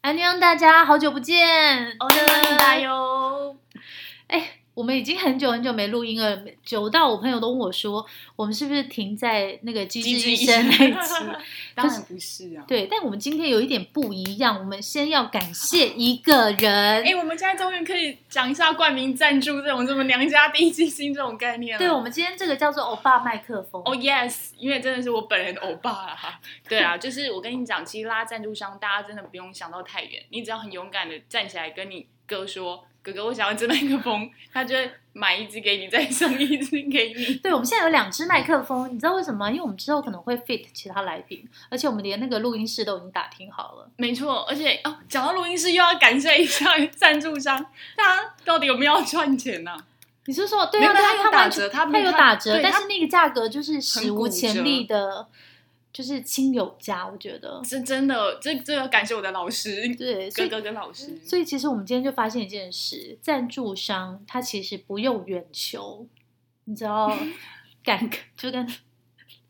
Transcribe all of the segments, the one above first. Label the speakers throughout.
Speaker 1: 安妞，大家好久不见！
Speaker 2: 哦，那加油！
Speaker 1: 哎，我们已经很久很久没录音了，久到我朋友都问我说，我们是不是停在那个《机智医生》那一期？
Speaker 2: 当然不是啊。
Speaker 1: 对，但我们今天有一点不一样，我们先要感谢一个人。
Speaker 2: 哎，我们现在终于可以讲一下冠名赞助这种什么娘家第一基金这种概念了。
Speaker 1: 对，我们今天这个叫做“欧巴麦克风”。
Speaker 2: 哦、oh,，yes，因为真的是我本人的欧巴啦。 对啊，就是我跟你讲，其实拉赞助商，大家真的不用想到太远，你只要很勇敢的站起来跟你哥说。哥哥，我想要这麦克风，他就买一支给你，再送一支给你。
Speaker 1: 对，我们现在有两支麦克风，你知道为什么吗？因为我们之后可能会 fit 其他来宾，而且我们连那个录音室都已经打听好了。
Speaker 2: 没错，而且哦，讲到录音室，又要感谢一下赞助商，他到底有没有赚钱呢、啊？
Speaker 1: 你是说，对啊，
Speaker 2: 他
Speaker 1: 有
Speaker 2: 打折，
Speaker 1: 他
Speaker 2: 他
Speaker 1: 有打折，但是那个价格就是史无前例的。就是亲友家，我觉得
Speaker 2: 是真的，这这要感谢我的老师，
Speaker 1: 对，
Speaker 2: 哥哥跟老师。
Speaker 1: 所以其实我们今天就发现一件事，赞助商他其实不用远求，你知道，感就跟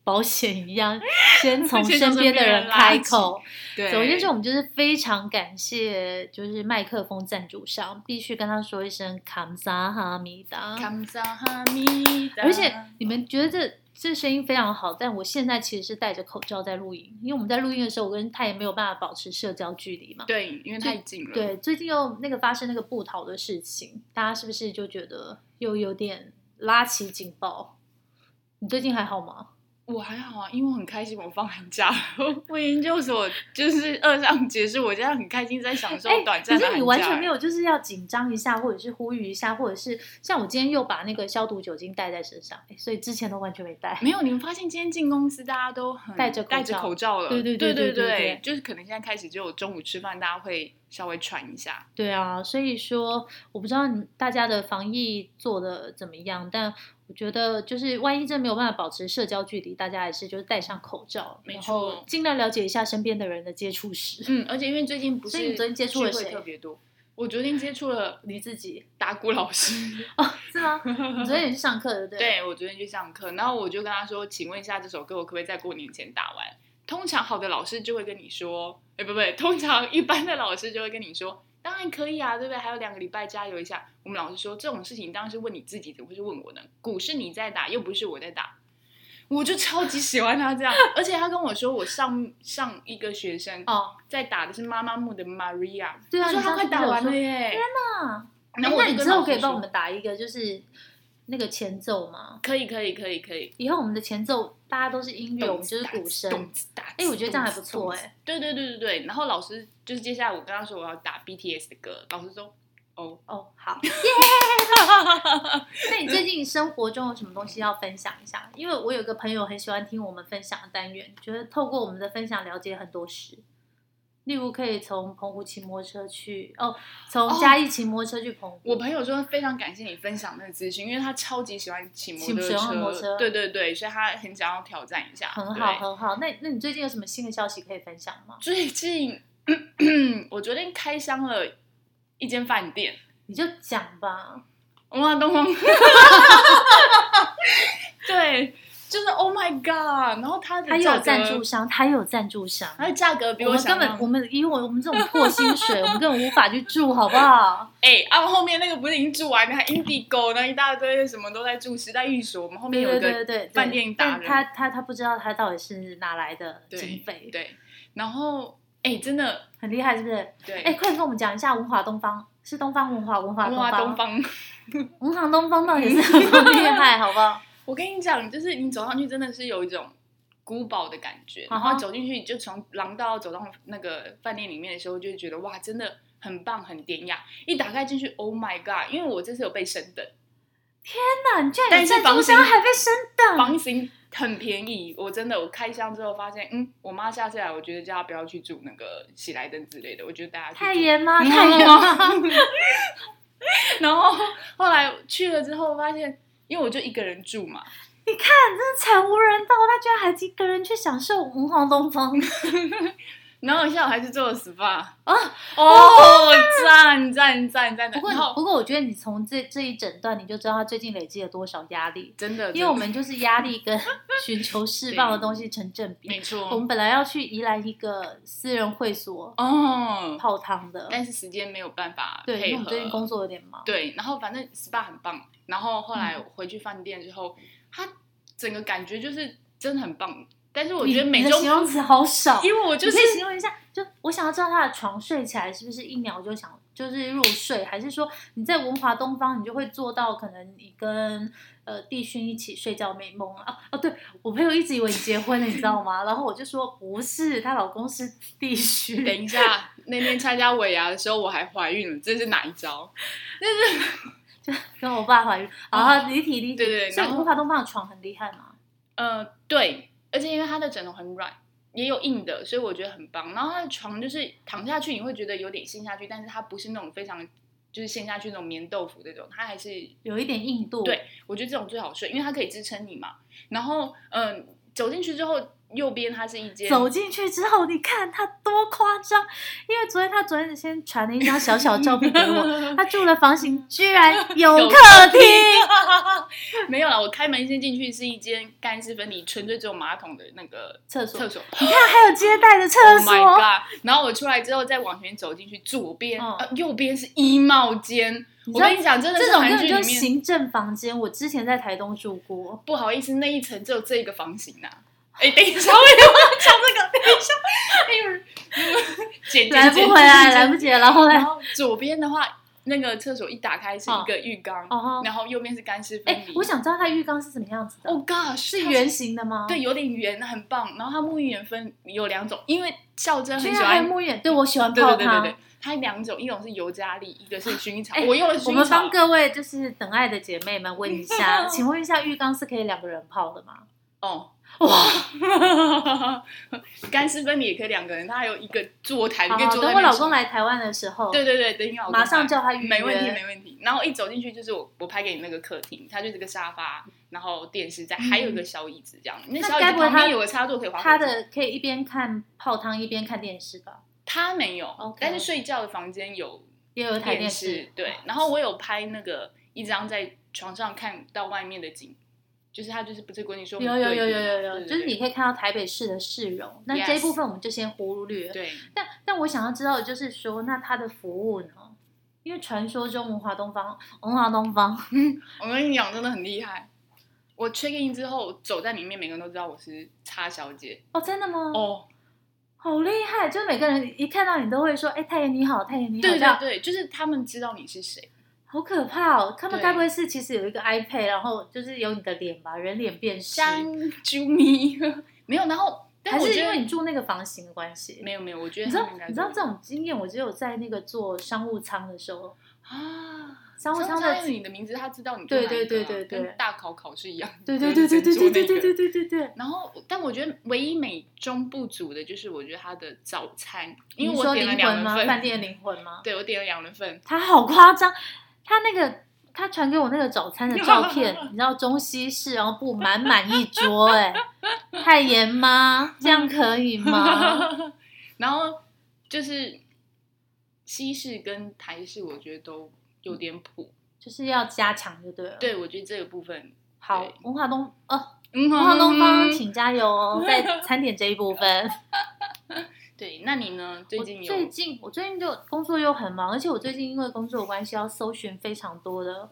Speaker 1: 保险一样，先从身边的人开口。
Speaker 2: 对，
Speaker 1: 总而言之，我们就是非常感谢，就是麦克风赞助商，必须跟他说一声感萨哈米达，
Speaker 2: 感萨哈米达。
Speaker 1: 而且你们觉得这？这声音非常好，但我现在其实是戴着口罩在录音，因为我们在录音的时候，我跟他也没有办法保持社交距离嘛。
Speaker 2: 对，因为太近了。
Speaker 1: 对，最近又那个发生那个布桃的事情，大家是不是就觉得又有点拉起警报？你最近还好吗？
Speaker 2: 我还好啊，因为我很开心，我放寒假，我研究所 就是二上结束，我现在很开心，在享受短暂的、
Speaker 1: 欸、可是你完全没有，就是要紧张一下，或者是呼吁一下，或者是像我今天又把那个消毒酒精带在身上，欸、所以之前都完全没带。
Speaker 2: 没有，你们发现今天进公司大家都很
Speaker 1: 戴着
Speaker 2: 戴着口罩了，
Speaker 1: 对
Speaker 2: 对
Speaker 1: 对
Speaker 2: 对
Speaker 1: 对，
Speaker 2: 就是可能现在开始就有中午吃饭，大家会。稍微喘一下，
Speaker 1: 对啊，所以说我不知道你大家的防疫做的怎么样，但我觉得就是万一真没有办法保持社交距离，大家还是就是戴上口罩，然后尽量了解一下身边的人的接触史。
Speaker 2: 嗯，而且因为最近不是，
Speaker 1: 所以你昨天接触了谁？
Speaker 2: 特别多。我昨天接触了
Speaker 1: 你自己，
Speaker 2: 打鼓老师
Speaker 1: 哦， 是吗？你昨天也去上课对不对？
Speaker 2: 对，我昨天去上课，然后我就跟他说，请问一下这首歌我可不可以在过年前打完？通常好的老师就会跟你说，哎，不不，通常一般的老师就会跟你说，当然可以啊，对不对？还有两个礼拜加油一下。我们老师说这种事情当然是问你自己，怎么会是问我呢？鼓是你在打，又不是我在打。我就超级喜欢他这样，而且他跟我说，我上上一个学生
Speaker 1: 哦，
Speaker 2: 在打的是妈妈木的 Maria，
Speaker 1: 对啊，
Speaker 2: 他说他快打完了耶！
Speaker 1: 天哪！
Speaker 2: 然后我
Speaker 1: 哎那你之后可以帮我们打一个，就是。那个前奏吗？
Speaker 2: 可以，可以，可以，可以。
Speaker 1: 以后我们的前奏大家都是音乐，我们就是鼓声。
Speaker 2: 哎，
Speaker 1: 我觉得这样还不错哎。
Speaker 2: 对对对对对。然后老师就是接下来我跟他说我要打 BTS 的歌，老师说哦
Speaker 1: 哦 好。嗯耶！那你最近生活中有什么东西要分享一下？因为我有个朋友很喜欢听我们分享的单元，觉得透过我们的分享了解很多事。例如可以从澎湖骑摩托车去哦，从嘉义骑摩托车去澎湖。
Speaker 2: 我朋友说非常感谢你分享那个资讯，因为他超级喜欢骑摩
Speaker 1: 托
Speaker 2: 车，
Speaker 1: 摩托车
Speaker 2: 对对对，所以他很想要挑战一下。
Speaker 1: 很好很好，那那你最近有什么新的消息可以分享吗？
Speaker 2: 最近 我昨天开箱了一间饭店，
Speaker 1: 你就讲吧。
Speaker 2: 哇，东 东，对。就是 Oh my God，然后它
Speaker 1: 它有赞助商，它有赞助商，
Speaker 2: 它的价格比
Speaker 1: 哎我
Speaker 2: 们
Speaker 1: 根本我 们以我我们这种破薪水，我们根本无法去住，好不好？
Speaker 2: 哎、欸，啊，后面那个不是已经住完了，还 Indigo 呢，一大堆什么都在住，时代寓所，我们后面有一个饭店大
Speaker 1: 人，对对对但他他他不知道他到底是哪来的经费，
Speaker 2: 对，然后哎、欸，真的
Speaker 1: 很厉害，是不是？
Speaker 2: 对，
Speaker 1: 哎、欸，快点跟我们讲一下文华东方。是东方文化，文化
Speaker 2: 东方，
Speaker 1: 文
Speaker 2: 化
Speaker 1: 东方，东方到底是很厉害，好不好？
Speaker 2: 我跟你讲，就是你走上去真的是有一种古堡的感觉，然后走进去就从廊道走到那个饭店里面的时候，就觉得哇，真的很棒，很典雅。一打开进去，Oh my god！因为我这次有被升等，
Speaker 1: 天哪，你居然有赞助商还被升等，
Speaker 2: 房型很便宜。我真的，我开箱之后发现，嗯，我妈下次来，我觉得叫她不要去住那个喜来登之类的，我觉得大家
Speaker 1: 太严吗？太严吗？
Speaker 2: 然后后来去了之后发现。因为我就一个人住嘛，
Speaker 1: 你 看，真的惨无人道，他居然还一个人去享受无皇东风。
Speaker 2: 然后下午还去做了 SPA
Speaker 1: 啊！
Speaker 2: 哦，赞赞赞赞的。
Speaker 1: 不
Speaker 2: 然
Speaker 1: 过
Speaker 2: 后
Speaker 1: 不过，我觉得你从这这一整段，你就知道他最近累积了多少压 力，
Speaker 2: 真的，
Speaker 1: 因为我们就是压力跟寻求释放的东西成正
Speaker 2: 真的没
Speaker 1: 比。我
Speaker 2: 错
Speaker 1: 们本来要去宜兰一个私人会所
Speaker 2: 哦，
Speaker 1: 泡汤的，
Speaker 2: 但是时间没有办法
Speaker 1: 对，因为我
Speaker 2: 配合
Speaker 1: 们。最近工作有点忙。
Speaker 2: 对，然后反正 SPA 很棒。然后后
Speaker 1: 嗯
Speaker 2: 来我回去饭店之后，它整个感觉就是真的很棒。但是我觉得
Speaker 1: 你
Speaker 2: 每
Speaker 1: 你的
Speaker 2: 周
Speaker 1: 形，容词好少，
Speaker 2: 因为我就是
Speaker 1: 你可以形容一下，就我想要知道他的床睡起来是不是一秒就想就是入睡，还是说你在文华东方你就会做到可能你跟呃帝勋一起睡觉美梦啊？哦，对我朋友一直以为你结婚了，你知道吗？然后我就说不是，她老公是帝勋。
Speaker 2: 等一下， 那天参加尾牙的时候，我还怀孕了，这是哪一招？
Speaker 1: 就跟我爸怀孕，啊，离体离体，
Speaker 2: 哦对对
Speaker 1: 所以
Speaker 2: 然后
Speaker 1: 文华东方的床很厉害嘛，
Speaker 2: 呃，对，而且因为它的枕头很软，也有硬的，所以我觉得很棒。然后它的床就是躺下去，你会觉得有点陷下去，但是它不是那种非常就是陷下去那种棉豆腐那种，它还是
Speaker 1: 有一点硬度。
Speaker 2: 对，我觉得这种最好睡，因为它可以支撑你嘛。然后嗯、走进去之后，右边它是一间
Speaker 1: 走进去之后，你看他多夸张！因为昨天他昨天先传了一张小小照片给我， 他住的房型居然有
Speaker 2: 有
Speaker 1: 客厅，
Speaker 2: 没有了，我开门先进去是一间干湿分离、纯粹只有马桶的那个
Speaker 1: 厕所
Speaker 2: 厕所。
Speaker 1: 你看还有接待的厕
Speaker 2: Oh
Speaker 1: 所。
Speaker 2: my god！然后我出来之后，再往前走进去，左边、
Speaker 1: 嗯
Speaker 2: 呃、右边是衣帽间。
Speaker 1: 你知
Speaker 2: 我
Speaker 1: 道
Speaker 2: 跟你讲，真的
Speaker 1: 这
Speaker 2: 是
Speaker 1: 种根
Speaker 2: 韩
Speaker 1: 本
Speaker 2: 剧
Speaker 1: 就是
Speaker 2: 里面，
Speaker 1: 行政房间，我之前在台东住过。
Speaker 2: 不好意思，那一层只有这个 房型啊。哎，等一下，我也要讲这个。等一下， 哎呦，剪
Speaker 1: 来不回来，来不。及了。然后
Speaker 2: 剪剪然
Speaker 1: 呢？
Speaker 2: 后左边的话，那个厕所一打开是一个浴缸，
Speaker 1: 哦，
Speaker 2: 然后右边是干湿分
Speaker 1: 哎
Speaker 2: 离。，
Speaker 1: 我想知道它浴缸是什么样子的，
Speaker 2: ，Oh gosh，
Speaker 1: 是
Speaker 2: 它
Speaker 1: 圆形的吗？
Speaker 2: 对，，有点圆，很棒。然后它沐浴盐分有两种，因为孝珍
Speaker 1: 居
Speaker 2: 很喜
Speaker 1: 然啊还
Speaker 2: 欢
Speaker 1: 有木眼，对我喜欢
Speaker 2: 对
Speaker 1: 泡
Speaker 2: 对对对
Speaker 1: 汤
Speaker 2: 对。，它两种，一种是尤加利，一个是薰衣草。
Speaker 1: 哎
Speaker 2: 我用了
Speaker 1: 我
Speaker 2: 薰衣
Speaker 1: 们
Speaker 2: 草
Speaker 1: 帮，各位就是等爱的姐妹们问一 下，请问一下浴缸是可以两个人泡的吗？
Speaker 2: 哦，
Speaker 1: 哇！
Speaker 2: 干湿分离也可以两个人，它还有一个坐台，你可以
Speaker 1: 好，
Speaker 2: 坐在
Speaker 1: 哦等
Speaker 2: 那
Speaker 1: 我
Speaker 2: 边
Speaker 1: 老
Speaker 2: 吃
Speaker 1: 公，来台湾的时候，
Speaker 2: 对对对，等你老公
Speaker 1: 马上
Speaker 2: 来
Speaker 1: 叫他预约。
Speaker 2: 没问题没问题。然后一走进去就是我我拍给你那个客厅，它就是个沙发，然后电视在，还有一个小椅子这样。
Speaker 1: 嗯
Speaker 2: 那
Speaker 1: 那
Speaker 2: 小椅
Speaker 1: 该
Speaker 2: 子
Speaker 1: 不会
Speaker 2: 旁边
Speaker 1: 它
Speaker 2: 有个插座可以滑手
Speaker 1: 他
Speaker 2: 机
Speaker 1: 的可以一边看泡汤一边看电视吧，
Speaker 2: 它没有
Speaker 1: OK，
Speaker 2: 但是睡觉的房间有
Speaker 1: 也有一台
Speaker 2: 电
Speaker 1: 电
Speaker 2: 视，对。然后我有拍那个一张在床上看到外面的景，就是他就是不是跟你说我
Speaker 1: 有
Speaker 2: 们
Speaker 1: 有
Speaker 2: 对
Speaker 1: 有
Speaker 2: 比
Speaker 1: 有有
Speaker 2: 嘛
Speaker 1: 有，
Speaker 2: 对
Speaker 1: 就是你
Speaker 2: 对
Speaker 1: 可以看到台北市的市容。那
Speaker 2: Yes
Speaker 1: 这一部分我们就先忽略。
Speaker 2: 对
Speaker 1: 但但我想要知道的就是说，那他的服务呢？因为传说中文华东方，文华东方，
Speaker 2: 我跟你讲真的很厉害。我 check in 之后走在里面，每个人都知道我是叉小姐
Speaker 1: 哦，真的吗？
Speaker 2: 哦。
Speaker 1: 好厉害！就是每个人一看到你都会说：“哎，太爷你好，太爷你好。”
Speaker 2: 对
Speaker 1: 这样
Speaker 2: 对对，就是他们知道你是谁。
Speaker 1: 好可怕哦！他们
Speaker 2: 对
Speaker 1: 该不会是其实有一个 iPad，然后就是有你的脸吧，人脸辨识，
Speaker 2: 香啾咪 没有，然后但
Speaker 1: 还
Speaker 2: 我
Speaker 1: 是
Speaker 2: 觉
Speaker 1: 因为
Speaker 2: 得
Speaker 1: 你住那个房型的关系？
Speaker 2: 没有没有，我觉
Speaker 1: 你知
Speaker 2: 得他
Speaker 1: 道
Speaker 2: 们应该
Speaker 1: 你知道
Speaker 2: 都
Speaker 1: 这种经验，我只有在那个做商务舱的时候，
Speaker 2: 啊。
Speaker 1: 商务
Speaker 2: 他
Speaker 1: 舱
Speaker 2: 他
Speaker 1: 的
Speaker 2: 有你的名字，他知道你住
Speaker 1: 对
Speaker 2: 哪
Speaker 1: 对
Speaker 2: 一
Speaker 1: 对
Speaker 2: 个啊
Speaker 1: 对对
Speaker 2: 跟大考考试一样。
Speaker 1: 对对对对对对对对对对对对，
Speaker 2: 然后，但我觉得唯一美中不足的就是，我觉得它的早餐，因
Speaker 1: 你
Speaker 2: 为
Speaker 1: 是
Speaker 2: 我
Speaker 1: 说
Speaker 2: 点了
Speaker 1: 灵
Speaker 2: 两
Speaker 1: 魂吗？
Speaker 2: 人
Speaker 1: 饭
Speaker 2: 份，
Speaker 1: 店的灵魂吗？
Speaker 2: 对我点了两人份，
Speaker 1: 他好夸张，他那个他传给我那个早餐的照片，你知道中西式，然后布满满一桌、哎，太严吗？这样可以吗？
Speaker 2: 然后就是西式跟台式，我觉得都有点普。
Speaker 1: 就是要加强就对了。，
Speaker 2: 对我觉得这个部分，
Speaker 1: 好
Speaker 2: 对，
Speaker 1: 文化东哦，
Speaker 2: 嗯
Speaker 1: 文化东方，
Speaker 2: 嗯
Speaker 1: 请加油哦，在餐点这一部分。
Speaker 2: 对，那你呢？最
Speaker 1: 我
Speaker 2: 近
Speaker 1: 最
Speaker 2: 有
Speaker 1: 近我最近就工作又很忙，而且我最近因为工作的关系要搜寻非常多的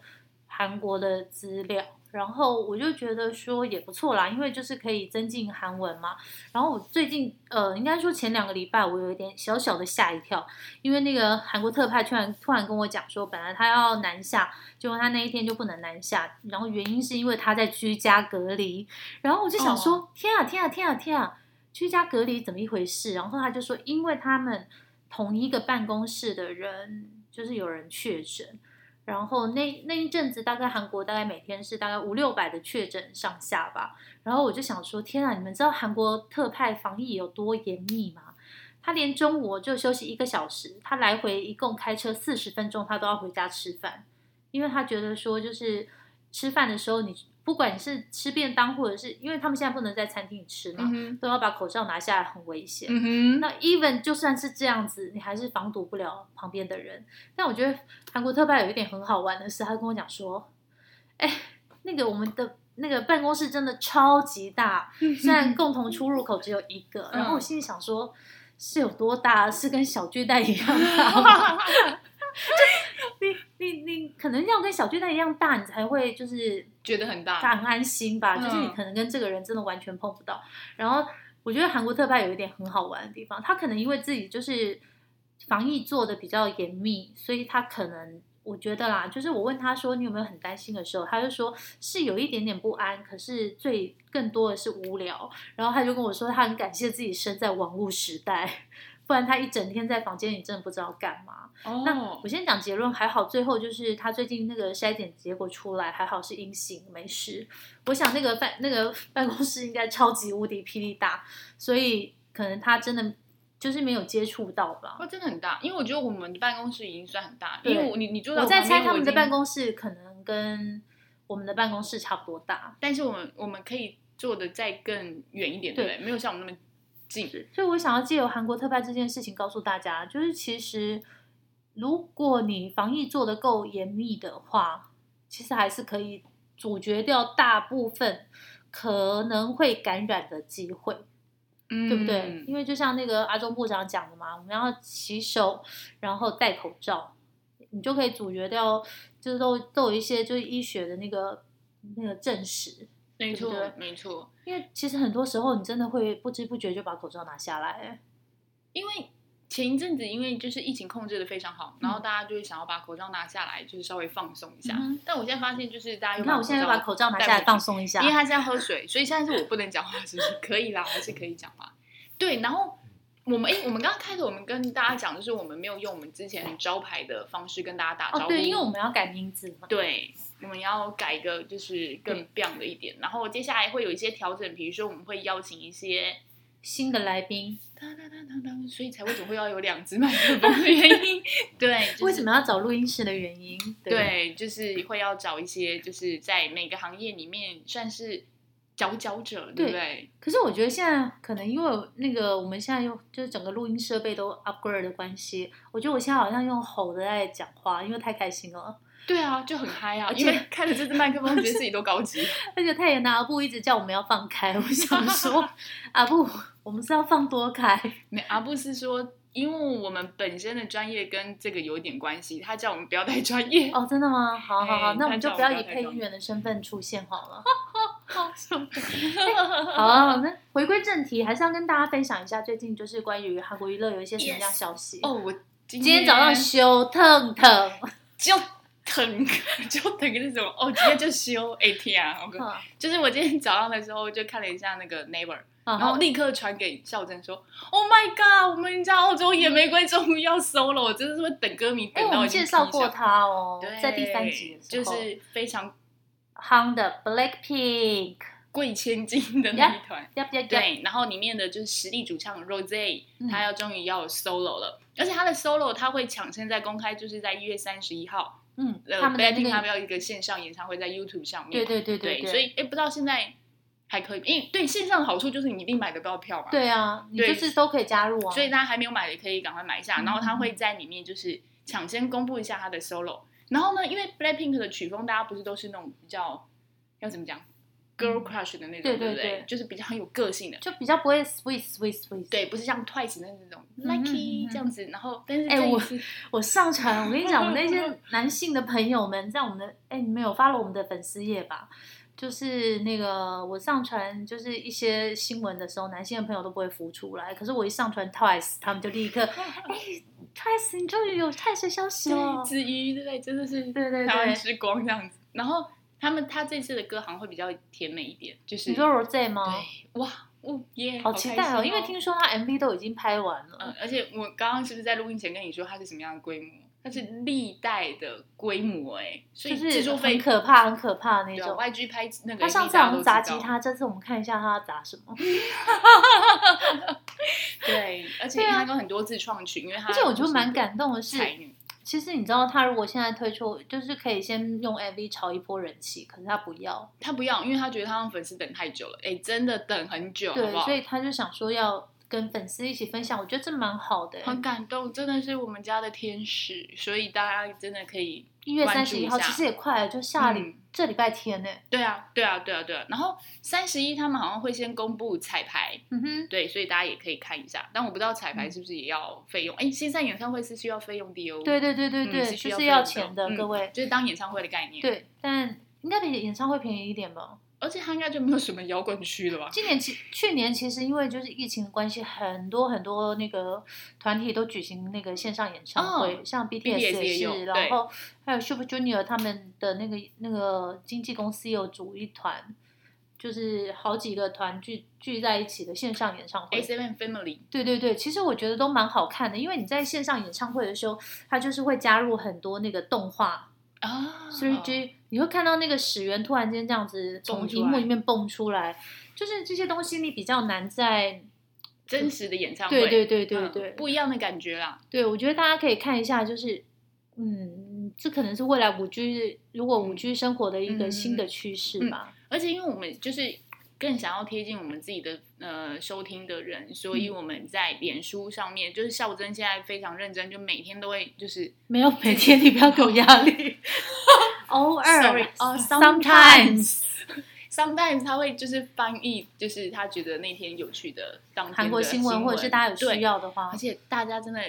Speaker 1: 韩国的资料，然后我就觉得说也不错啦，因为就是可以增进韩文嘛。然后我最近呃，应该说前两个礼拜我有一点小小的吓一跳，因为那个韩国特派突然突然跟我讲说，本来他要南下，结果他那一天就不能南下，然后原因是因为他在居家隔离，然后我就想说，天啊天啊天啊天啊，居家隔离怎么一回事？然后他就说，因为他们同一个办公室的人，就是有人确诊。然后那那一阵子，大概韩国大概每天是大概五六百的确诊上下吧。然后我就想说，天啊，你们知道韩国特派防疫有多严密吗？他连中午就休息一个小时，他来回一共开车四十分钟，他都要回家吃饭，因为他觉得说就是吃饭的时候你不不管是吃便当，或者是因为他们现在不能在餐厅吃嘛，
Speaker 2: 嗯
Speaker 1: 都要把口罩拿下来，很危险。
Speaker 2: 哼，
Speaker 1: 那 even 就算是这样子，你还是防堵不了旁边的人。但我觉得韩国特派有一点很好玩的是，他跟我讲说，哎、那个我们的那个办公室真的超级大，虽然共同出入口只有一个，
Speaker 2: 嗯
Speaker 1: 然后我心里想说。是有多大？是跟小巨蛋一样大吗？你你你可能要跟小巨蛋一样大，你才会就是
Speaker 2: 觉得很大，
Speaker 1: 他很安心吧，
Speaker 2: 嗯
Speaker 1: 就是你可能跟这个人真的完全碰不到。然后我觉得韩国特派有一点很好玩的地方，他可能因为自己就是防疫做的比较严密，所以他可能我觉得啦，就是我问他说你有没有很担心的时候，他就说是有一点点不安，可是最更多的是无聊。然后他就跟我说，他很感谢自己生在网络时代。不然他一整天在房间里真的不知道干嘛。那
Speaker 2: 哦
Speaker 1: 我，先讲结论，还好最后就是他最近那个筛检结果出来，还好是阴性，没事。我想那个办那个办公室应该超级无敌霹雳大，所以可能他真的就是没有接触到吧。
Speaker 2: 哦，真的很大，因为我觉得我们的办公室已经算很大，
Speaker 1: 对
Speaker 2: 因为我你你坐在
Speaker 1: 我在
Speaker 2: 旁边
Speaker 1: 猜他们的办，
Speaker 2: 我已
Speaker 1: 公室可能跟我们的办公室差不多大，
Speaker 2: 经但是我们我们可以坐的再更远一点，对
Speaker 1: 对
Speaker 2: 不对？没有像我们那么近，
Speaker 1: 所以我想要借由韩国特派这件事情告诉大家，就是其实如果你防疫做得够严密的话，其实还是可以阻绝掉大部分可能会感染的机会，
Speaker 2: 嗯
Speaker 1: 对不对？因为就像那个阿中部长讲的嘛，我们要洗手，然后戴口罩，你就可以阻绝掉，就是都都有一些就是医学的那个那个证实。
Speaker 2: 没
Speaker 1: 对
Speaker 2: 错
Speaker 1: 不
Speaker 2: 没错，
Speaker 1: 因为其实很多时候你真的会不知不觉就把口罩拿下来、哎
Speaker 2: 因为前一阵子因为就是疫情控制的非常好，然后大家就会想要把口罩拿下来，就是稍微放松一下。
Speaker 1: 嗯嗯哼
Speaker 2: 但我现在发现，就是大家
Speaker 1: 你
Speaker 2: 又
Speaker 1: 看，我现在就把口罩拿下来放松一下
Speaker 2: 因。为他现在喝水，所以现在是我不能讲话，是不是？可以啦，还是可以讲话。对，然后我们哎、我们刚刚开始我们跟大家讲，就是我们没有用我们之前招牌的方式跟大家打招呼，
Speaker 1: 哦，对，因为我们要改名字嘛。
Speaker 2: 对，我们要改一个就是更 b 的一点，然后接下来会有一些调整，比如说我们会邀请一些
Speaker 1: 新的来宾
Speaker 2: 当当当当当，所以才为什么会要有两只麦克风的原因。对，就是、
Speaker 1: 为什？么要找录音室的原因？对，
Speaker 2: 对，就是会要找一些就是在每个行业里面算是佼佼者，对不对？
Speaker 1: 可是我觉得现在可能因为那个我们现在用就是整个录音设备都 upgrade 的关系，我觉得我现在好像用吼的在讲话，因为太开心了，
Speaker 2: 对啊，就很嗨啊！
Speaker 1: 而
Speaker 2: 因
Speaker 1: 且
Speaker 2: 为开了这支麦克风，觉得自己多高级。
Speaker 1: 而且太妍的阿布一直叫我们要放开，我想 说阿布，我们是要放多开？
Speaker 2: 没，而不是说，因为我们本身的专业跟这个有一点关系，他叫我们不要太专 业。
Speaker 1: 哦，真 的吗？好好好，
Speaker 2: 哎
Speaker 1: 那我们就
Speaker 2: 他
Speaker 1: 不
Speaker 2: 叫我
Speaker 1: 要
Speaker 2: 们
Speaker 1: 以
Speaker 2: 不要太
Speaker 1: 配
Speaker 2: 装
Speaker 1: 音员的身份出现好了。
Speaker 2: 好什么？
Speaker 1: 好、啊，那回归正题，还是要跟大家分享一下最近就是关于韩国娱乐有一些什么样的消息。
Speaker 2: 哦，我今
Speaker 1: 今天早上休腾腾，
Speaker 2: 就疼， 就疼那种。哦，今天 就休 ATR，我跟
Speaker 1: 啊
Speaker 2: 就是我今天早上的时候就看了一下那个 Neighbor，
Speaker 1: 然
Speaker 2: 然后立刻传给孝珍说：“Oh my god，我们家澳洲野玫瑰终于要收了，我真的是会等歌迷
Speaker 1: 哎、
Speaker 2: 等
Speaker 1: 我
Speaker 2: 到已
Speaker 1: 们
Speaker 2: 经
Speaker 1: 介
Speaker 2: 劈
Speaker 1: 绍
Speaker 2: 掌。”
Speaker 1: 过他哦，
Speaker 2: 对，
Speaker 1: 在第三集的时
Speaker 2: 就
Speaker 1: 候，
Speaker 2: 是非常
Speaker 1: 夯的 Blackpink，
Speaker 2: 贵千金的那一团。
Speaker 1: 呀呀呀，
Speaker 2: 对，然后里面的就是实力主唱 Rose，
Speaker 1: 嗯
Speaker 2: 他要终于要有 solo 了，而且他的 solo 他会抢先在公开，就是在一月三十一号，
Speaker 1: 嗯，
Speaker 2: 呃
Speaker 1: 他们的那
Speaker 2: ，Blackpink 他们
Speaker 1: 个，
Speaker 2: 要一个线上演唱会在 YouTube 上面，
Speaker 1: 对对对
Speaker 2: 对
Speaker 1: 对，
Speaker 2: 所以哎，诶不知道现在还可以，因为对线上的好处就是你一定买得到票嘛，
Speaker 1: 对啊，你就
Speaker 2: 对
Speaker 1: 是都可以加入啊，
Speaker 2: 所以大家还没有买的可以赶快买一下，
Speaker 1: 嗯
Speaker 2: 然后他会在里面就是抢先公布一下他的 solo。然后呢，因为 Blackpink 的曲风，大家不是都是那种比较要怎么讲，girl crush 的那种，
Speaker 1: 对
Speaker 2: 不
Speaker 1: 对
Speaker 2: 对
Speaker 1: 对？
Speaker 2: 就是比较很有个性的，
Speaker 1: 就比较不会 sweet sweet sweet。
Speaker 2: 对，不是像 Twice 的那种
Speaker 1: 嗯嗯
Speaker 2: Lucky
Speaker 1: 嗯
Speaker 2: 这样子。然后，但是
Speaker 1: 哎
Speaker 2: 这一
Speaker 1: 我
Speaker 2: 次
Speaker 1: 我上传，我跟你讲，我那 些男性的朋友们在我们的，哎、你们有发了我们的粉丝页吧？就是那个我上传就是一些新闻的时候，男性的朋友都不会浮出来，可是我一上传 Twice，他们就立 刻，哎、t w i c e 你终于有 Twice 的消息了
Speaker 2: 对，子瑜，对不对？真的是
Speaker 1: 对对
Speaker 2: 台湾
Speaker 1: 对，
Speaker 2: 之光这样子。然后他们他这次的歌好像会比较甜美一点，就是
Speaker 1: 你说 Rose 吗？
Speaker 2: 对，哇，哦耶，
Speaker 1: 好期待
Speaker 2: 哦，
Speaker 1: 哦，因为听说他 MV 都已经拍完了，
Speaker 2: 嗯，而且我刚刚是不是在录音前跟你说它是什么样的规模？它是历代的规模哎、所以
Speaker 1: 就
Speaker 2: 制
Speaker 1: 是
Speaker 2: 作费
Speaker 1: 很可怕、很可怕的那
Speaker 2: 对啊
Speaker 1: 种。
Speaker 2: YG 拍那个
Speaker 1: 他
Speaker 2: MV
Speaker 1: 上次
Speaker 2: 大
Speaker 1: 好
Speaker 2: 家
Speaker 1: 像
Speaker 2: 都知
Speaker 1: 砸
Speaker 2: 道
Speaker 1: 吉，他，这次我们看一下他砸什么。
Speaker 2: 对，而且
Speaker 1: 对啊
Speaker 2: 他有很多自创曲，因为他
Speaker 1: 而且我觉得蛮
Speaker 2: 感
Speaker 1: 感动的是，
Speaker 2: 才女，
Speaker 1: 其实你知道，他如果现在推出，就是可以先用 MV 炒一波人气，可是他不要，
Speaker 2: 他不要，因为他觉得他让粉丝等太久了。哎，真的等很久，好
Speaker 1: 对
Speaker 2: 不，好
Speaker 1: 所？以他就想说要跟粉丝一起分享，我觉得这蛮好的、
Speaker 2: 很感动，真的是我们家的天使，所以大家真的可以
Speaker 1: 一月三
Speaker 2: 关注
Speaker 1: 十
Speaker 2: 一
Speaker 1: 一
Speaker 2: 下
Speaker 1: 号其实也快了，就下礼、
Speaker 2: 嗯
Speaker 1: 这礼拜天呢、
Speaker 2: 对啊，对啊，对啊，对啊。然后三十一他们好像会先公布彩排，
Speaker 1: 嗯哼，
Speaker 2: 对，所以大家也可以看一下。但我不知道彩排
Speaker 1: 嗯
Speaker 2: 是不是也要费用？哎、线上演唱会是需要费用的哦。
Speaker 1: 对，对对对
Speaker 2: 嗯
Speaker 1: 对，
Speaker 2: 是
Speaker 1: 就
Speaker 2: 需要
Speaker 1: 是
Speaker 2: 费
Speaker 1: 要
Speaker 2: 用
Speaker 1: 钱
Speaker 2: 的
Speaker 1: 的，
Speaker 2: 嗯
Speaker 1: 各位。
Speaker 2: 就是当演唱会的概念。，
Speaker 1: 对，但应该比演唱会便宜一点吧。
Speaker 2: 而且它应该就没有什么摇滚区了吧？
Speaker 1: 今年其去年其实因为就是疫情的关系，很多很多那个团体都举行那个线上演唱会，
Speaker 2: 哦
Speaker 1: 像
Speaker 2: BTS 也
Speaker 1: 也
Speaker 2: 有
Speaker 1: 是，
Speaker 2: 对
Speaker 1: 然后还有 Super Junior 他们的那个那个经纪公司有组一团，就是好几个团聚聚在一起的线上演唱会。
Speaker 2: S M Family，
Speaker 1: 对对对，其实我觉得都蛮好看的，因为你在线上演唱会的时候，它就是会加入很多那个动画，
Speaker 2: 啊
Speaker 1: three G，你会看到那个始源突然间这样子
Speaker 2: 蹦
Speaker 1: 从
Speaker 2: 出
Speaker 1: 荧幕
Speaker 2: 来
Speaker 1: 里面蹦出来，就是这些东西你比较难在。
Speaker 2: 真实的演唱会，
Speaker 1: 对对对对
Speaker 2: 嗯
Speaker 1: 对、
Speaker 2: 不一样的感觉啦。
Speaker 1: 对，我觉得大家可以看一下，就是嗯，这可能是未来五 G 如果五 G 生活的一
Speaker 2: 嗯嗯
Speaker 1: 个
Speaker 2: 嗯
Speaker 1: 新的趋势吧。
Speaker 2: 而且因为我们就是更想要贴近我们自己的呃收听的人，
Speaker 1: 嗯
Speaker 2: 所以我们在脸书上面，就是孝珍现在非常认真，就每天都会就是
Speaker 1: 没有每天你不要给我压 力，偶尔呃
Speaker 2: Sorry，哦
Speaker 1: sometimes
Speaker 2: sometimes 他会就是翻译，就是他觉得那天有趣的当天的
Speaker 1: 韩国新闻或者是大家有需
Speaker 2: 对，
Speaker 1: 要的话
Speaker 2: 而，且大家真的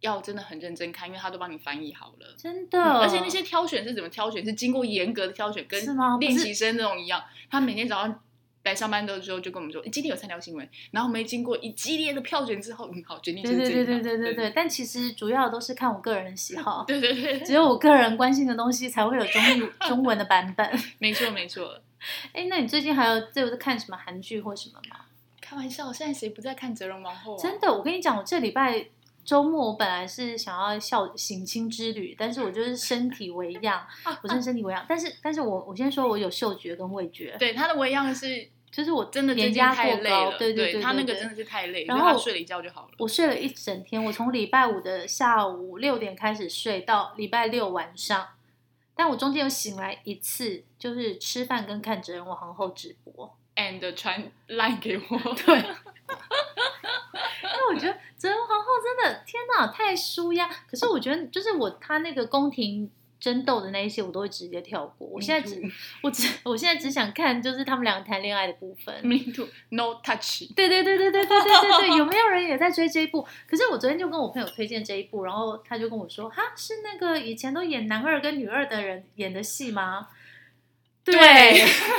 Speaker 2: 要真的很认真看，因为他都帮你翻译好了。
Speaker 1: 真的、
Speaker 2: 而且那些挑选是怎么挑选？是经过严格的挑选，
Speaker 1: 是
Speaker 2: 跟
Speaker 1: 吗不是
Speaker 2: 练习生那种一样。他每天早上来上班的时候就跟我们说，诶今天有三条新闻，然后我们经过一激烈的票选之后，嗯，好，决定
Speaker 1: 对
Speaker 2: 是
Speaker 1: 对
Speaker 2: 这
Speaker 1: 对
Speaker 2: 一条
Speaker 1: 对对对对，但其实主要都是看我个人的喜好。
Speaker 2: 对对对
Speaker 1: 只
Speaker 2: 对，
Speaker 1: 有我个人关心的东西才会有中译中文的版本。
Speaker 2: 没错没错。
Speaker 1: 哎，那你最近还有在在看什么韩剧或什么吗？
Speaker 2: 开玩笑，现在谁不在看《哲人王后》啊？
Speaker 1: 真的，我跟你讲，我这礼拜周末我本来是想要孝省亲之旅，但是我就是身体为 恙，我真的身体为恙。但是，但是我我先说，我有嗅觉跟味觉，
Speaker 2: 对，他的微样是
Speaker 1: 就是我
Speaker 2: 真的最
Speaker 1: 眼
Speaker 2: 近
Speaker 1: 压
Speaker 2: 太
Speaker 1: 过
Speaker 2: 累
Speaker 1: 高
Speaker 2: 了，，
Speaker 1: 对对对，
Speaker 2: 他那个
Speaker 1: 对
Speaker 2: 真的是太累，
Speaker 1: 然
Speaker 2: 所以他
Speaker 1: 后
Speaker 2: 睡了一觉就好了。
Speaker 1: 我睡了一整天，我从礼拜五的下午六点开始睡到礼拜六晚上，但我中间有醒来一次，就是吃饭跟看《哲人王后》直播。
Speaker 2: and 传 line 给我，
Speaker 1: 对，因为我
Speaker 2: 嗯
Speaker 1: 觉得《哲人皇后》真的天哪，太舒压。可是我觉得，就是我他那个宫廷争斗的那一些，我都会直接跳过。我现在只
Speaker 2: Me
Speaker 1: 我只我现在只想看就是他们两个谈恋爱的部分。
Speaker 2: me too no touch，
Speaker 1: 对对对对对对对对 对，有没有人也在追这一部？可是我昨天就跟我朋友推荐这一部，然后他就跟我说，哈，是那个以前都演男二跟女二的人演的戏吗？
Speaker 2: 对，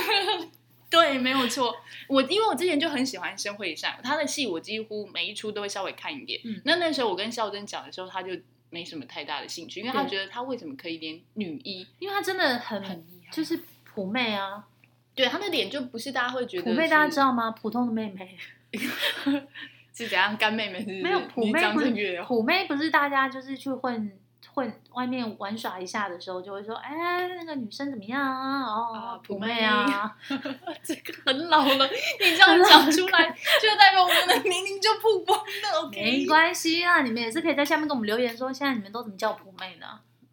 Speaker 2: 对，没有错。我因为我之前就很喜欢申惠善，她的戏我几乎每一出都会稍微看一眼。
Speaker 1: 嗯
Speaker 2: 那那时候我跟孝珍讲的时候，她就没什么太大的兴趣，因为她
Speaker 1: 对
Speaker 2: 觉得她为什么可以连女一
Speaker 1: 因为他真的很
Speaker 2: 很厉害，
Speaker 1: 就是普妹啊，
Speaker 2: 对她的脸就不是大家会觉得
Speaker 1: 普妹大家知
Speaker 2: 道
Speaker 1: 道吗？普通的妹妹。
Speaker 2: 是怎样干妹妹是不是
Speaker 1: 没有普
Speaker 2: 你
Speaker 1: 妹
Speaker 2: 张
Speaker 1: 不是
Speaker 2: 震岳哦
Speaker 1: 虎妹不是大家就是去混混外面玩耍一下的时候，就会说，哎，那个女生怎么样啊？
Speaker 2: 啊
Speaker 1: 哦，
Speaker 2: 普
Speaker 1: 虎
Speaker 2: 妹
Speaker 1: 妹 啊，
Speaker 2: 这个很老了，你这样讲出来，就代表我们的年龄就曝光 了。OK，
Speaker 1: 没关系啊，你们也是可以在下面跟我们留言说，现在你们都怎么叫普妹呢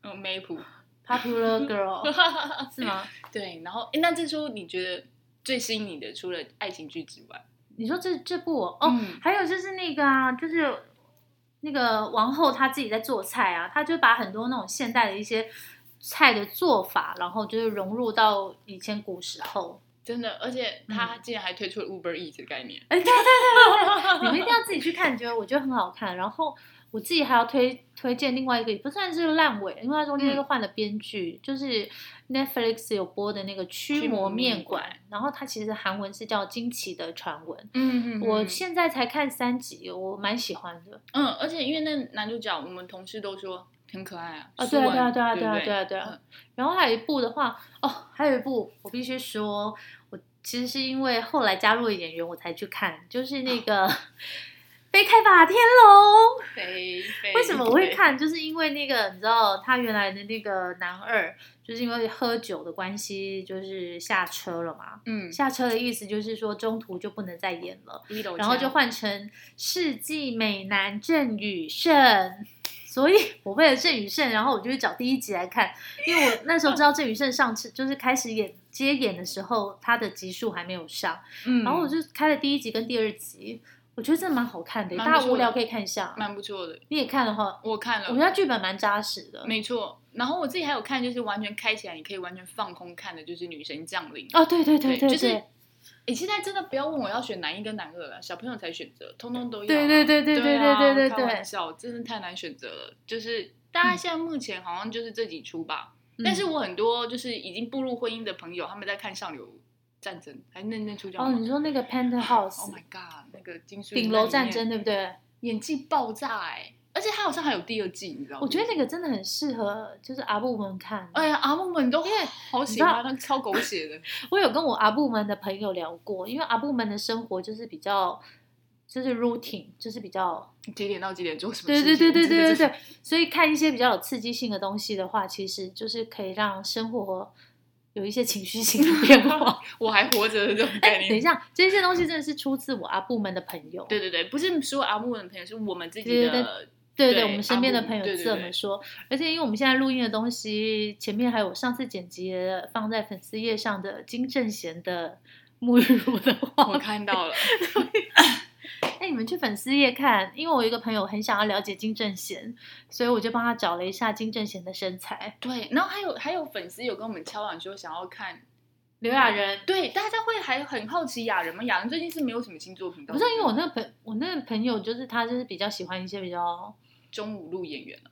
Speaker 2: 嗯，没谱。
Speaker 1: ？Popular girl 是吗？
Speaker 2: 对，然后诶那这出你觉得最吸引你的，除了爱情剧之外，
Speaker 1: 你说这这部哦，哦
Speaker 2: 嗯
Speaker 1: 还有就是那个啊，就是那个王后她自己在做菜啊，她就把很多那种现代的一些菜的做法，然后就是融入到以前古时候。
Speaker 2: 真的，而且他竟然还推出了 Uber E 这个概念，
Speaker 1: 哎，对对对对对，你们一定要自己去看，觉得我觉得很好看。然后我自己还要推推荐另外一个，也不算是烂尾，因为它中间
Speaker 2: 嗯
Speaker 1: 又换了编剧，就是 Netflix 有播的那个《驱魔面馆》，然后它其实韩文是叫《惊奇的传闻》。
Speaker 2: 嗯
Speaker 1: 我现在才看三集，我蛮喜欢的。
Speaker 2: 嗯，而且因为那男主角，我们同事都说很可爱啊，
Speaker 1: 啊，
Speaker 2: 斯
Speaker 1: 对啊，
Speaker 2: 文
Speaker 1: 对啊，对啊，对
Speaker 2: 不
Speaker 1: 啊，
Speaker 2: 对
Speaker 1: 对啊，对啊。然后还有一部的话，哦，还有一部我必须说，我其实是因为后来加入了演员我才去看，就是那个 《飞开吧天龙》。
Speaker 2: 肥肥
Speaker 1: 为什么我会？看？就是因为那个，你知道他原来的那个男二，就是因为喝酒的关系，就是下车了嘛。
Speaker 2: 嗯，
Speaker 1: 下车的意思就是说中途就不能再演了，
Speaker 2: 然
Speaker 1: 然后就换成世纪美男郑宇盛。所以我为了郑宇盛，然后我就去找第一集来看，因为我那时候知道郑宇盛上次就是开始演接演的时候，他的集数还没有上，
Speaker 2: 嗯，
Speaker 1: 然后我就开了第一集跟第二集，我觉得真的蛮好看的，
Speaker 2: 蛮不
Speaker 1: 大家
Speaker 2: 错
Speaker 1: 无聊
Speaker 2: 的
Speaker 1: 可以看一下。
Speaker 2: 蛮不错的，
Speaker 1: 你也看了哈，
Speaker 2: 我看
Speaker 1: 我觉
Speaker 2: 了，
Speaker 1: 得剧本蛮扎实的。
Speaker 2: 没错。然后我自己还有看，就是完全开起来，你可以完全放空看的，就是《女神降临》
Speaker 1: 哦，对对对
Speaker 2: 对
Speaker 1: 对，
Speaker 2: 就是
Speaker 1: 对
Speaker 2: 你现在真的不要问我要选男一跟男二了，小朋友才选择，通通都要啊。
Speaker 1: 对对对对对
Speaker 2: 啊
Speaker 1: 对对对
Speaker 2: 开
Speaker 1: 对
Speaker 2: 玩。笑，真的太难选择了。就是大家现在目前好像就是这几出吧，但是
Speaker 1: 嗯
Speaker 2: 我很多就是已经步入婚姻的朋友，他们在看《上流战争》，还那那出叫
Speaker 1: 哦，
Speaker 2: 什么
Speaker 1: 你说那个
Speaker 2: ？Oh
Speaker 1: Penthouse
Speaker 2: my god，那个金书
Speaker 1: 顶楼战争对不对？
Speaker 2: 演技爆炸哎、而且他好像还有第二季，你知道吗？
Speaker 1: 我觉得那个真的很适合，就是阿布们看。
Speaker 2: 哎呀，阿木们都
Speaker 1: 因为
Speaker 2: 好喜欢，那超狗血的。
Speaker 1: 我有跟我阿布们的朋友聊过，因为阿布们的生活就是比较，就是 routine，就是比较，
Speaker 2: 几点到几点做什么
Speaker 1: 对
Speaker 2: 事
Speaker 1: 对
Speaker 2: 情？
Speaker 1: 对对对对
Speaker 2: 这个
Speaker 1: 对，所以看一些比较有刺激性的东西的话，其实就是可以让生活有一些情绪性的变 化。
Speaker 2: 我还活着的这种概
Speaker 1: 哎，等一
Speaker 2: 念。
Speaker 1: 下，这些东西真的是出自我阿布们的朋友，
Speaker 2: 对对对，不是说阿木的朋友，是我们自己
Speaker 1: 对对
Speaker 2: 的。
Speaker 1: 对对，
Speaker 2: 对
Speaker 1: 我们身边的朋友
Speaker 2: 阿布对对
Speaker 1: 这么说。而且因为我们现在录音的东西，前面还有上次剪辑的放在粉丝页上的金正贤的沐浴乳的
Speaker 2: 我
Speaker 1: 话，
Speaker 2: 看 到了，
Speaker 1: 哎，你们去粉丝页看，因为我有一个朋友很想要了解金正贤，所以我就帮他找了一下金正贤的身材。
Speaker 2: 对，然后还有还有粉丝有跟我们敲碗说想要看，
Speaker 1: 刘亚仁，
Speaker 2: 对，大家会还很好奇雅人吗？雅人最近是没有什么新作品，
Speaker 1: 不是因为我那个朋我那个朋友就是他就是比较喜欢一些比较
Speaker 2: 中午路演员了，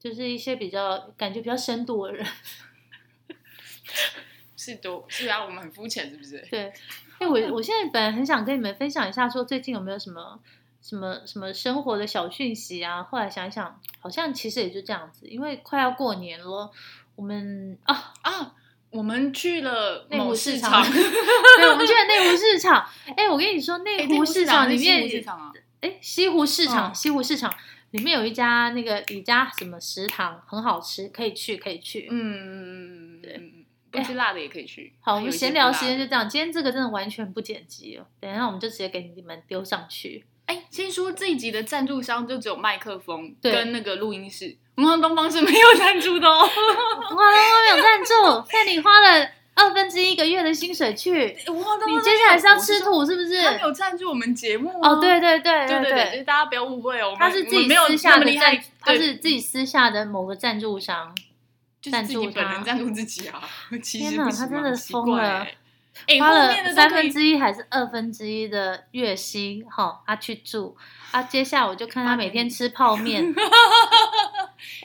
Speaker 1: 就是一些比较感觉比较深度的人。
Speaker 2: 是都是啊，我们很肤浅是不是？
Speaker 1: 对，哎，我我现在本来很想跟你们分享一下，说最近有没有什么什么什么生活的小讯息啊？后来想一想，好像其实也就这样子，因为快要过年了，我们啊，
Speaker 2: 啊，我们去了
Speaker 1: 内湖
Speaker 2: 某
Speaker 1: 市
Speaker 2: 场
Speaker 1: 场， 对，我们去了内湖市场。哎，我跟你说，内
Speaker 2: 哎
Speaker 1: 湖市场里
Speaker 2: 内湖市
Speaker 1: 面，
Speaker 2: 场啊，
Speaker 1: 哎，西湖市场，
Speaker 2: 嗯
Speaker 1: 西湖市场里面有一家那个李家什么食堂，很好吃，可以去，可以去。
Speaker 2: 嗯，
Speaker 1: 对
Speaker 2: 嗯，不吃辣的也可以去。
Speaker 1: 好，
Speaker 2: 还
Speaker 1: 我
Speaker 2: 有
Speaker 1: 们
Speaker 2: 一些
Speaker 1: 闲
Speaker 2: 不
Speaker 1: 聊
Speaker 2: 辣
Speaker 1: 时
Speaker 2: 的
Speaker 1: 间就这样。今天这个真的完全不剪辑哦，等一下我们就直接给你们丢上去。
Speaker 2: 哎，先说这一集的赞助商就只有麦克风
Speaker 1: 对
Speaker 2: 跟那个录音室，我们东方是没有赞助 的哦。
Speaker 1: 哇，啊都没有赞 助，看你花了二分之一个月的薪水去，
Speaker 2: 我们东
Speaker 1: 你
Speaker 2: 方
Speaker 1: 接下来是要吃
Speaker 2: 我
Speaker 1: 土是不是
Speaker 2: 是？说他没有赞助我们节目啊
Speaker 1: 哦，对对对
Speaker 2: 对
Speaker 1: 对
Speaker 2: 对，就是大家不要误会哦，我们
Speaker 1: 他是自
Speaker 2: 我
Speaker 1: 己
Speaker 2: 们没有
Speaker 1: 私下
Speaker 2: 那么
Speaker 1: 的
Speaker 2: 厉害
Speaker 1: 赞，，他
Speaker 2: 对
Speaker 1: 是自己私下的某个赞助商。
Speaker 2: 就是自己
Speaker 1: 赞助
Speaker 2: 本
Speaker 1: 他
Speaker 2: 人赞助自己啊。 其实
Speaker 1: 天哪
Speaker 2: 不行
Speaker 1: 他
Speaker 2: 嘛
Speaker 1: 真的
Speaker 2: 很奇
Speaker 1: 疯
Speaker 2: 怪
Speaker 1: 了
Speaker 2: 欸。哎，
Speaker 1: 花
Speaker 2: 后
Speaker 1: 了
Speaker 2: 面的都
Speaker 1: 三
Speaker 2: 可以
Speaker 1: 分之一还是二分之一的月薪，哈、他去住，啊，接下来我就看他每天吃泡 面，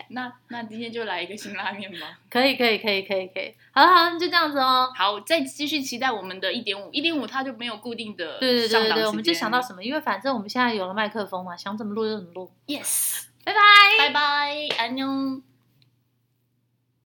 Speaker 2: 那那今天就来一个辛拉面吧。
Speaker 1: 可以，可以，可以，可以，可以，好了，好了，就这样子哦。
Speaker 2: 好，再继续期待我们的一点五，一点五它就没有固定的
Speaker 1: 对对
Speaker 2: 上
Speaker 1: 对对
Speaker 2: 档
Speaker 1: 对，
Speaker 2: 时
Speaker 1: 我们就
Speaker 2: 间
Speaker 1: 想到什么，因为反正我们现在有了麦克风嘛，想怎么录就怎么录，
Speaker 2: yes，
Speaker 1: 拜拜。
Speaker 2: 拜拜，安妞。